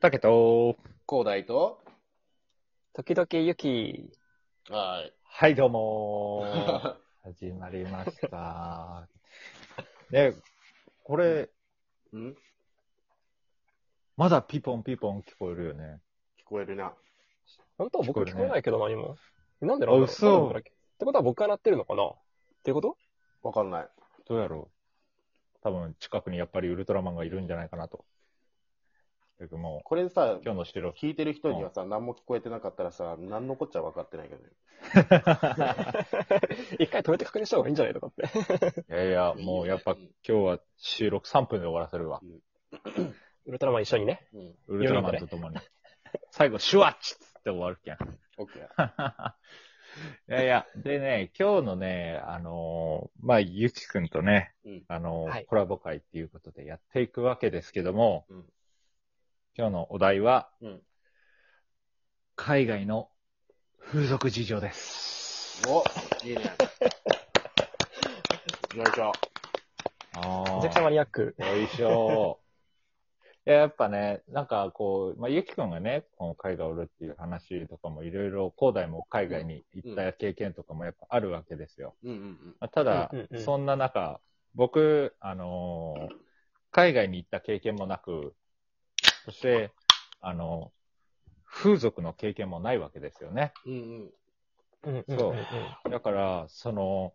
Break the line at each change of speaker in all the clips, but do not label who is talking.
たけと、
広大と、
時々雪。
はい。
はい、どう も始まりました。ね、これ、
うん聞
まだピポンピポン聞こえるよね。
こえるな。
本当は僕
聞こえる
聞
ね
こえないけど何も。なんでなんだろう
あ嘘
なんでだっけってことは僕が鳴ってるのかなっていうこと
わかんない。
どうやろう多分、近くにやっぱりウルトラマンがいるんじゃないかなと。だけども
これさ
う、、今日のしてる。
聞いてる人にはさ、何も聞こえてなかったらさ、何のこっちゃ分かってないけどね。
一回止めて確認した方がいいんじゃないとかって。
いやいや、もうやっぱ今日は収録3分で終わらせるわ。
ウルトラマン一緒にね。
うん。
ウルトラマンと共に。最後、シュワッチっつって終わるけん。
オッケー。
いやいや、でね、今日のね、あのーまあ、ゆきくんとね、
うん
あのー
はい
コラボ会っていうことでやっていくわけですけども、
うん
今日のお題は、
うん
海外の風俗事情です。
おいいね。 よいしょ。
め
あ
ちゃくちゃマニアック。
よいし ょ。いややっぱね、なんかこう、まあ、ゆきくんがね、この海外おるっていう話とかもいろいろ、高大も海外に行った経験とかもやっぱあるわけですよ。
うんうん
まあただ、
うんうんうん
そんな中、僕、あのー海外に行った経験もなく、そして、あの風俗の経験もないわけですよね。
うん。うん
うんうん
そうだから、その、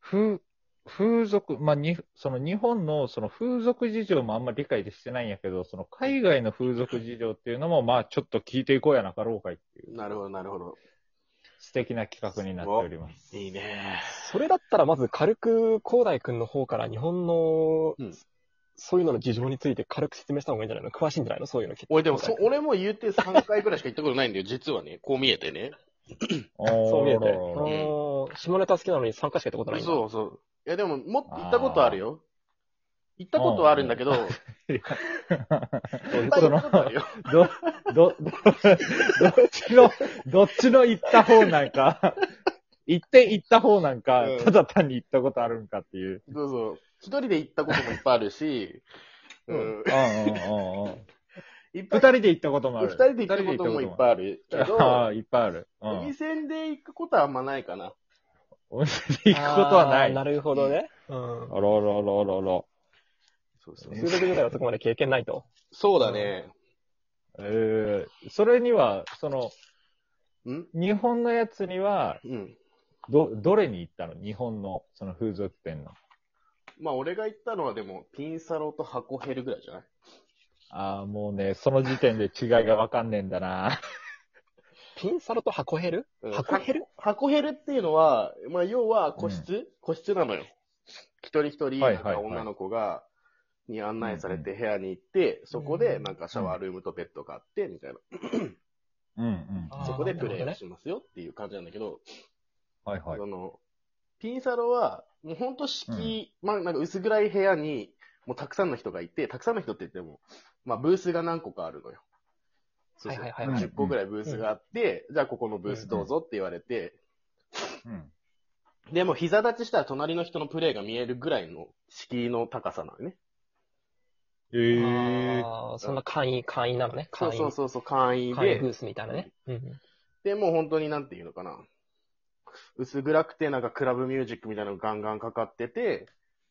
風、風俗、まあ、に、その日本のその風俗事情もあんまり理解でしてないんやけど、その海外の風俗事情っていうのも、まあ、ちょっと聞いていこうやなかろうかいっていうう、
ん。なるほど、なるほど。
素敵な企画になっております。
いいね。
それだったらまず軽く、広大くんの方から日本の、
うん
そういうのの事情について軽く説明した方がいいんじゃないの詳しいんじゃないのそういうのきっと
俺でもそ
広、大君
俺も言うて3回ぐらいしか行ったことないんだよ。実はね、こう見えてね。
おー
そう見えて。
らららら
おー下ネタ好きなのに参加しかやったことないんだ。
そうそう。いやでも、もっと行ったことあるよ。行ったことはあるんだけ ど、
その
いっぱい行ったことあるよ。
ど、ど、ど どっちの、どっちの行った方なんか、行って行った方なんか
うん、
ただ単に行ったことあるんかっていう。
そうそう。一人で行ったこともいっぱいあるし、 う
うん
う
ん。
んうんうんうん。
いっぱ
二
い
人で行ったこともあ
二
る。
人で行ったこともいっぱいあるけ
二人で行ったこともあるあ
ど、
あ、いっぱいある。う
お
ん。
店で行くことはあんまないかな。
お店で行くことはな
あー
い。
な
あら
るほどね。うん。
あらあらあらあら。
そうそ
数学ぐらいはそこまで経験ないと。
そうだね。
ええそれには、その、
うん
日本のやつには、
うん。
ど、どれに行ったの日本の、その風俗店の。
まあ俺が行ったのはでも、ピンサロと箱ヘルぐらいじゃない
ああ、もうね、その時点で違いがわかんねえんだな。
ピンサロと箱ヘル
うん
箱ヘル
箱ヘルっていうのは、まあ要は個室、個室なのよ。一人一人、
はいは
なん
い
か
はい
女の子が、に案内されて部屋に行って、そこでなんかシャワールームとベッドがあって、みたい
うんうん。
あ
な。
ー
そこでプレ
なるほど
イを
ね
しますよっていう感じなんだけど、
はいはい
そ。の、ピンサロは、もうほんと敷居、まあなんか薄暗い部屋に、もうたくさんの人がいて、たくさんの人って言っても、まあブースが何個かあるのよ。そうそう
はいはいはいはい
10個ぐらいブースがあって、じゃあここのブースどうぞって言われて、
うん。
でも膝立ちしたら隣の人のプレイが見えるぐらいの敷居の高さなのね。
ええ
あーそんな簡易、簡易なのね。
そ
簡
う
易。
そうそうそう、簡易
簡易
で
ブ。ースみたいなね。うん。
で、もう本当になんていうのかな。薄暗くてなんかクラブミュージックみたいなのがガンガンかかってて、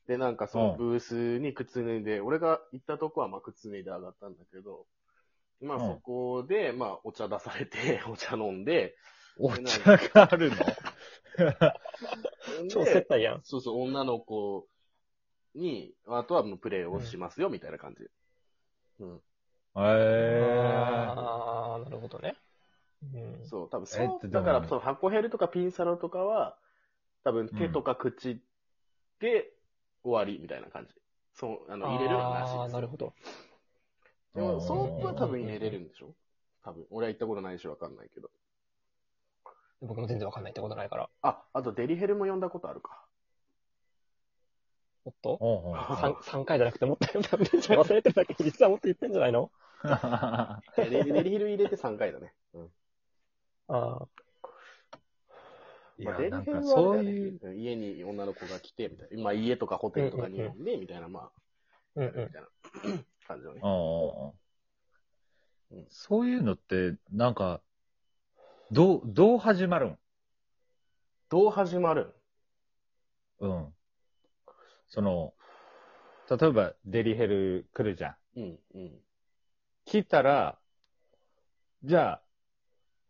で、なんかそのブースに靴脱いで、俺が行ったとこはまあ靴脱いで上がったんだけど、まあ
うん
そこで、まあお茶出されて、 お茶飲んで、
お茶があるの
超接
で
待やん。
そうそう、女の子に、あとはもうプレイをしますよ、みたいな感じ。うん。
ええ
あーなるほどね。うん。
そう、多分
え
そ
っと
う、
で
だ
も
から、その箱ヘルとかピンサロとかは、多分手とか口で終わりみたいな感じ。そう、あの、入れる話で
あー
す。
なるほど。
でも、ソープは多
う
分
ん
入れれるんでしょ多分。俺は行ったことないしわかんないけど。
僕も全然わかんないってことないから。
あ、あとデリヘルも呼んだことあ るか。
おっと
おうおう
3, 三回じゃなくてもっと読んだんじゃ忘れてるだけ実はもっと言ってんじゃないの
デリデリヘル入れて3回だね。うん。
ああ。
い
まあ、
や、
デリ
なん
ヘル
か
は
そ
あ
う
れだよね、
いう、
うん家に女の子が来て、みたいな。まあ、家とかホテルとかに呼んで、みたいな、まあ、
うん
みた
う
いな感じのね。
おうおうおう
うん
そういうのって、なんか、どう、どう始まるん
どう始まるん
うん。その、例えばデリヘル来るじゃん。
うん、うん。
来たら、じゃあ、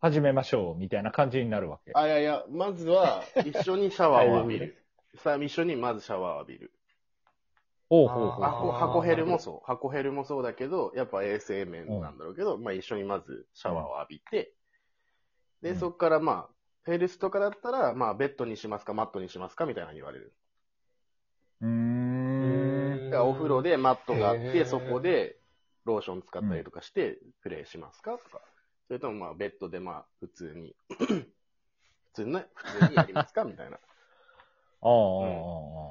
始めましょう、みたいな感じになるわけ。
あ、いやいや、まずは、一緒にシャワーを浴びる。さあ、一緒にまずシャワーを浴びる。
おうほうほう
あー
箱箱ヘルもそう。箱ヘルもそうだけど、やっぱ衛生面なんだろうけど、まあ一緒にまずシャワーを浴びて、
う
で、
ん
そこからまあ、ヘルスとかだったら、まあベッドにしますか、マットにしますか、みたいなの言われる。
うーん。
だからお風呂
で。
でマットがあっ
へ
て、
ー
そこでローション使ったりとかして、プレイしますかとか。それともまあベッドでまあ普通に、 普通の、普通にやりますかみたいな。
ああ、ああ、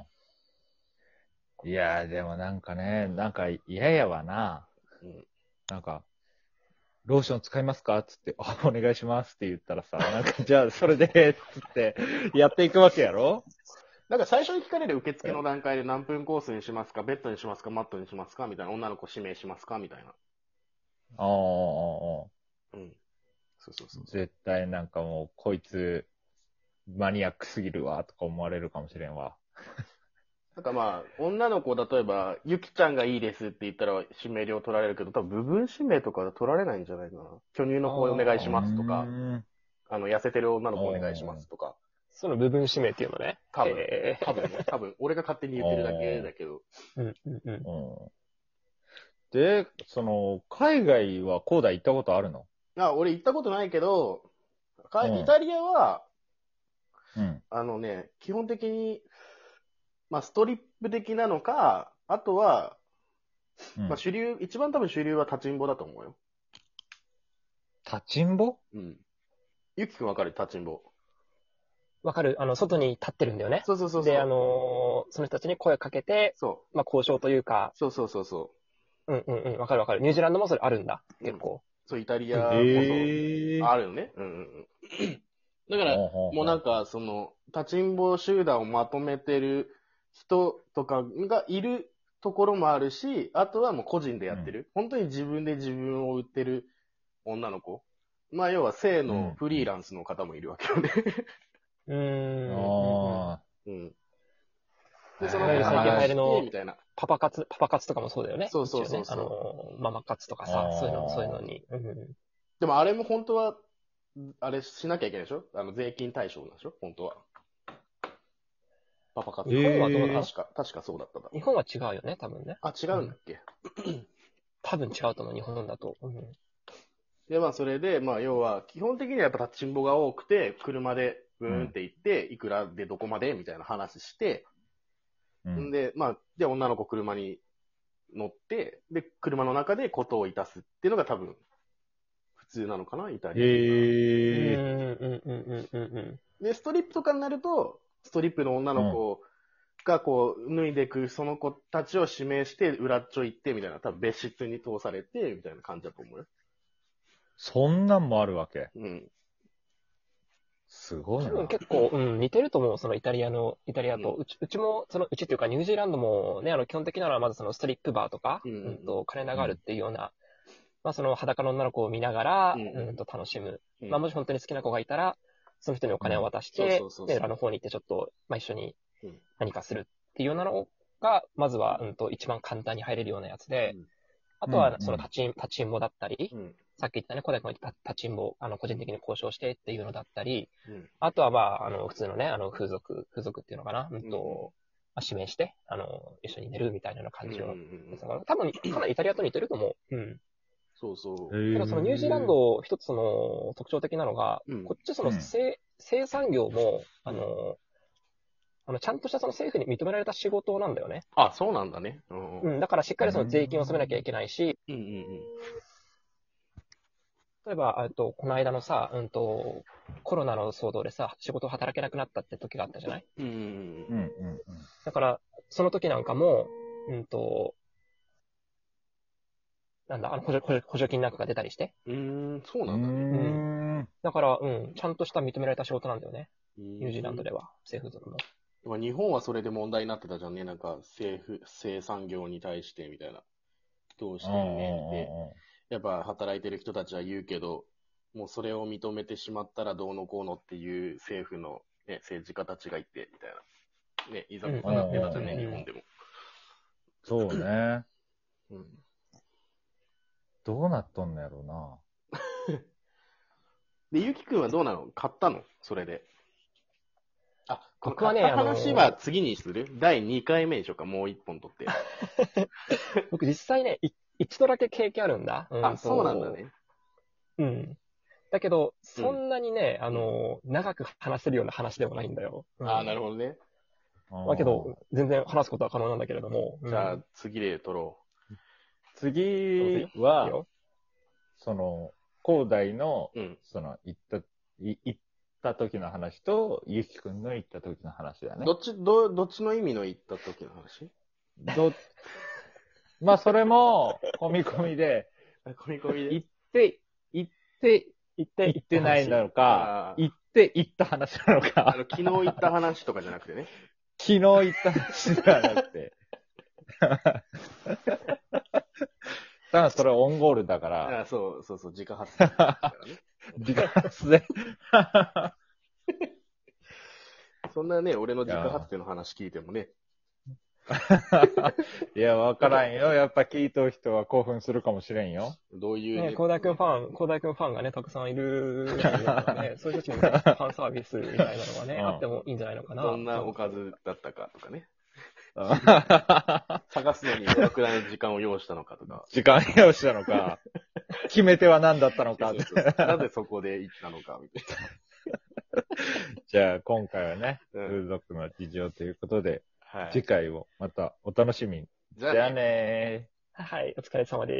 ああ。いやー、でもなんかね、なんか嫌やわな。
うん
なんか、ローション使いますかつって、あ、お願いしますって言ったらさ、なんか、 じゃあ、それで、つって、やっていくわけやろ
なんか最初に聞かれる受付の段階で何分コースにしますか、ベッドにしますか、マットにしますかみたいな。女の子指名しますかみたい
あ
な。
あ、ああ、ああ。
うん。そうそうそう。
絶対なんかもう、こいつ、マニアックすぎるわ、とか思われるかもしれんわ。
なんかまあ、女の子、例えば、ゆきちゃんがいいですって言ったら指名料取られるけど、多分部分指名とか取られないんじゃないかな。巨乳の子お願いしますと
う
か、
ーん
あの、痩せてる女の子お願いしますとか。
その部分指名っていうのね。
多分
え
多分ね、多分、俺が勝手に言ってるだけだけど。
ーうんうんうん。
うんで、その、海外はコーダ行ったことあるの
あ、俺行ったことないけど、か
うん
イタリアは、
うん。
あのね、基本的に、まあ、ストリップ的なのか、あとは、
うん
まあ、主流、一番多分主流は立ちんぼだと思うよ。
立ちんぼ
うん。ゆきくんわかる立ちんぼ。
わかるあの、外に立ってるんだよね。
そうそうそうそう。
で、あのーその人たちに声かけて、
そ
まあ、交渉というか
う。、そうそうそうそ
うんうんうん、わかるわかる。ニュージーランドもそれあるんだ。
うん
結構。
う。そう、イタリアこそ、
え
あるよね。うんうん うん。だから、も
も
うなん、か、その、立ちんぼ集団をまとめてる人とかがいるところもあるし、あとはもう個人でやってる。本当に自分で自分を売ってる女の子。まあ、要は性のフリーランスの方もいるわけよね。
うーん。
あ
うん。
うん
で、その
はい
子
はい
が
はい
話して
あの
みたいな。
パパ活、パパ活とかもそうだよね。
そうそうそう
一応ねあのーママ活とか
あ
さ
ー、
そういうの、そういうのに。うんうん
でもあれも本当は、あれしなきゃいけないでしょあの、税金対象なんでしょ本当は。パパ活動。
えー
日本はどうなの確か、確かそうだったな
日本は違うよね、多分ね。
あ、違うんだっけ、
多分違うと思う、日本だと。うん
で、まあ、それで、まあ、要は、基本的にはやっぱ立ちんぼが多くて、車で、ブーンって行って、いくらでどこまでみたいな話して、
あうん
ん、で、まあ、で、女の子車に乗って、で、車の中でことをいたすっていうのが多分、普通なのかなイタリア。
うんうん
ええ
うんうんうんうん。
で、ストリップとかになると、ストリップの女の子がこう、脱いでく、その子たちを指名して、裏っちょ行って、みたいな、多分別室に通されて、みたいな感じだと思うよ。
そんなんもあるわけ。
うん。
すごい
多
な
分。結構、うん、似てると思う、そのイタリアの、イタリアと。
う
うちうちも、その、うちっていうか、ニュージーランドもね、あの、基本的なのは、まずそのストリップバーとか、
う
うん
うん
んと、金流るっていうような、まあ、その裸の女の子を見ながら、
う
うん
うん
んと楽しむ。
うん
まあ、もし本当に好きな子がいたら、その人にお金を渡し
うんそうそ
て
うそうそう、
で、裏の方に行ってちょっと、まあ、一緒に
うん
何かするっていうようなのが、まずは、うんと、一番簡単に入れるようなやつで、
うん
あ
う
と
んう
は
ん、
その立ちん、立ちんぼだったり、
うん。
さっき言ったね、小田君が言った立ちんぼ、あの、個人的に交渉してっていうのだったり、
うん
あとはまあ、あの、普通のね、あの、風俗、風俗っていうのかな、うん
うんうん
と、まあ、指名して、あの、一緒に寝るみたいな感じ
うんう
の
んうんうん
だから多分、かなりイタリアと似てると思う。うん。
そうそう。
た
え
だそのニュージーランド、一つその特徴的なのが、
うん
こっちその
うん
生、生産業も、あの、あの、ちゃんとしたその政府に認められた仕事なんだよね。
あ、そうなんだね。うんうん。
うん。だからしっかりその税金を納めなきゃいけないし、
うんうん
例えば、えっと、この間のさ、うんと、コロナの騒動でさ、仕事を働けなくなったって時があったじゃない
うん。うんうん
うんうん
だから、その時なんかも、うんと、なんだ、あの補助補助補助金なんかが出たりして。
うん。うーん、そう
う
なんだね。
ん。うーん
だから、うん、ちゃんとした認められた仕事なんだよね。ニ
ニ
ュージーランドでは、政府族の。
まあ日本はそれで問題になってたじゃんね。なんか、政府、生産業に対してみたいな。どうし
う
て
んうん
ねって。
うん
やっぱ働いてる人たちは言うけど、もうそれを認めてしまったらどうのこうのっていう政府の、ね、政治家たちがいて、みたいな。ね、いざこざなってたじゃんね、
うん
日本でも。
そうね。
うん。
どうなっとんのやろうな。
で、ゆきくんはどうなの買ったのそれで。あ、
僕はね
買った
あの
話は次にする第2回目でしょうか、もう1本取って。
僕実際ね、い一度だけ経験あるんだ。ん
あ、
と
そうなんだ。ね。
うん。だけど、そんなにね、あの、長く話せるような話ではないんだよ。うん
あ、なるほどね。
うん
だけど、全然話すことは可能なんだけれども。
じゃ
う
あ
ん、
次で取ろ
次
いい
は、
よ
その、広大の、
う。うん。
その、行った、い行った時の話と、ゆきくんの行った時の話だね
ど。っち、ど、どっちの意味の言った時の話
ど、まあ、それも、込み込みで、
込み込みで。
行って、行って、行って、行ってないなのか
あ、ー
行って、行った話なの
あ
か、
の、昨日言った話とかじゃなくてね。
昨日行った話ではなくて。ただそれオンゴールだから、
あそうそうそう、自家発電だから ね。
時間発で。
そんなね、俺の自家発電の話聞いてもね。
いや、わからんよ。やっぱ聞いとる人は興奮するかもしれんよ。
どういう、
ね、高大君ファン、高大君ファンがね、たくさんいるので ね、そういう人たちにもねファンサービスみたいなのがね、
うん
あってもいいんじゃないのかな。
どんなおかずだったかとかね。
時
探すのにどのくらいの時間を要したのかと か。
間用したのか、決め手は何だったの
そ
か
う。そうなぜそこで行ったのかみたい
じゃあ、今回はね、
うん
風俗の事情ということで、
な。は
次回をまたお楽しみに。
じ
じゃあねー。
はい、お疲れ様です。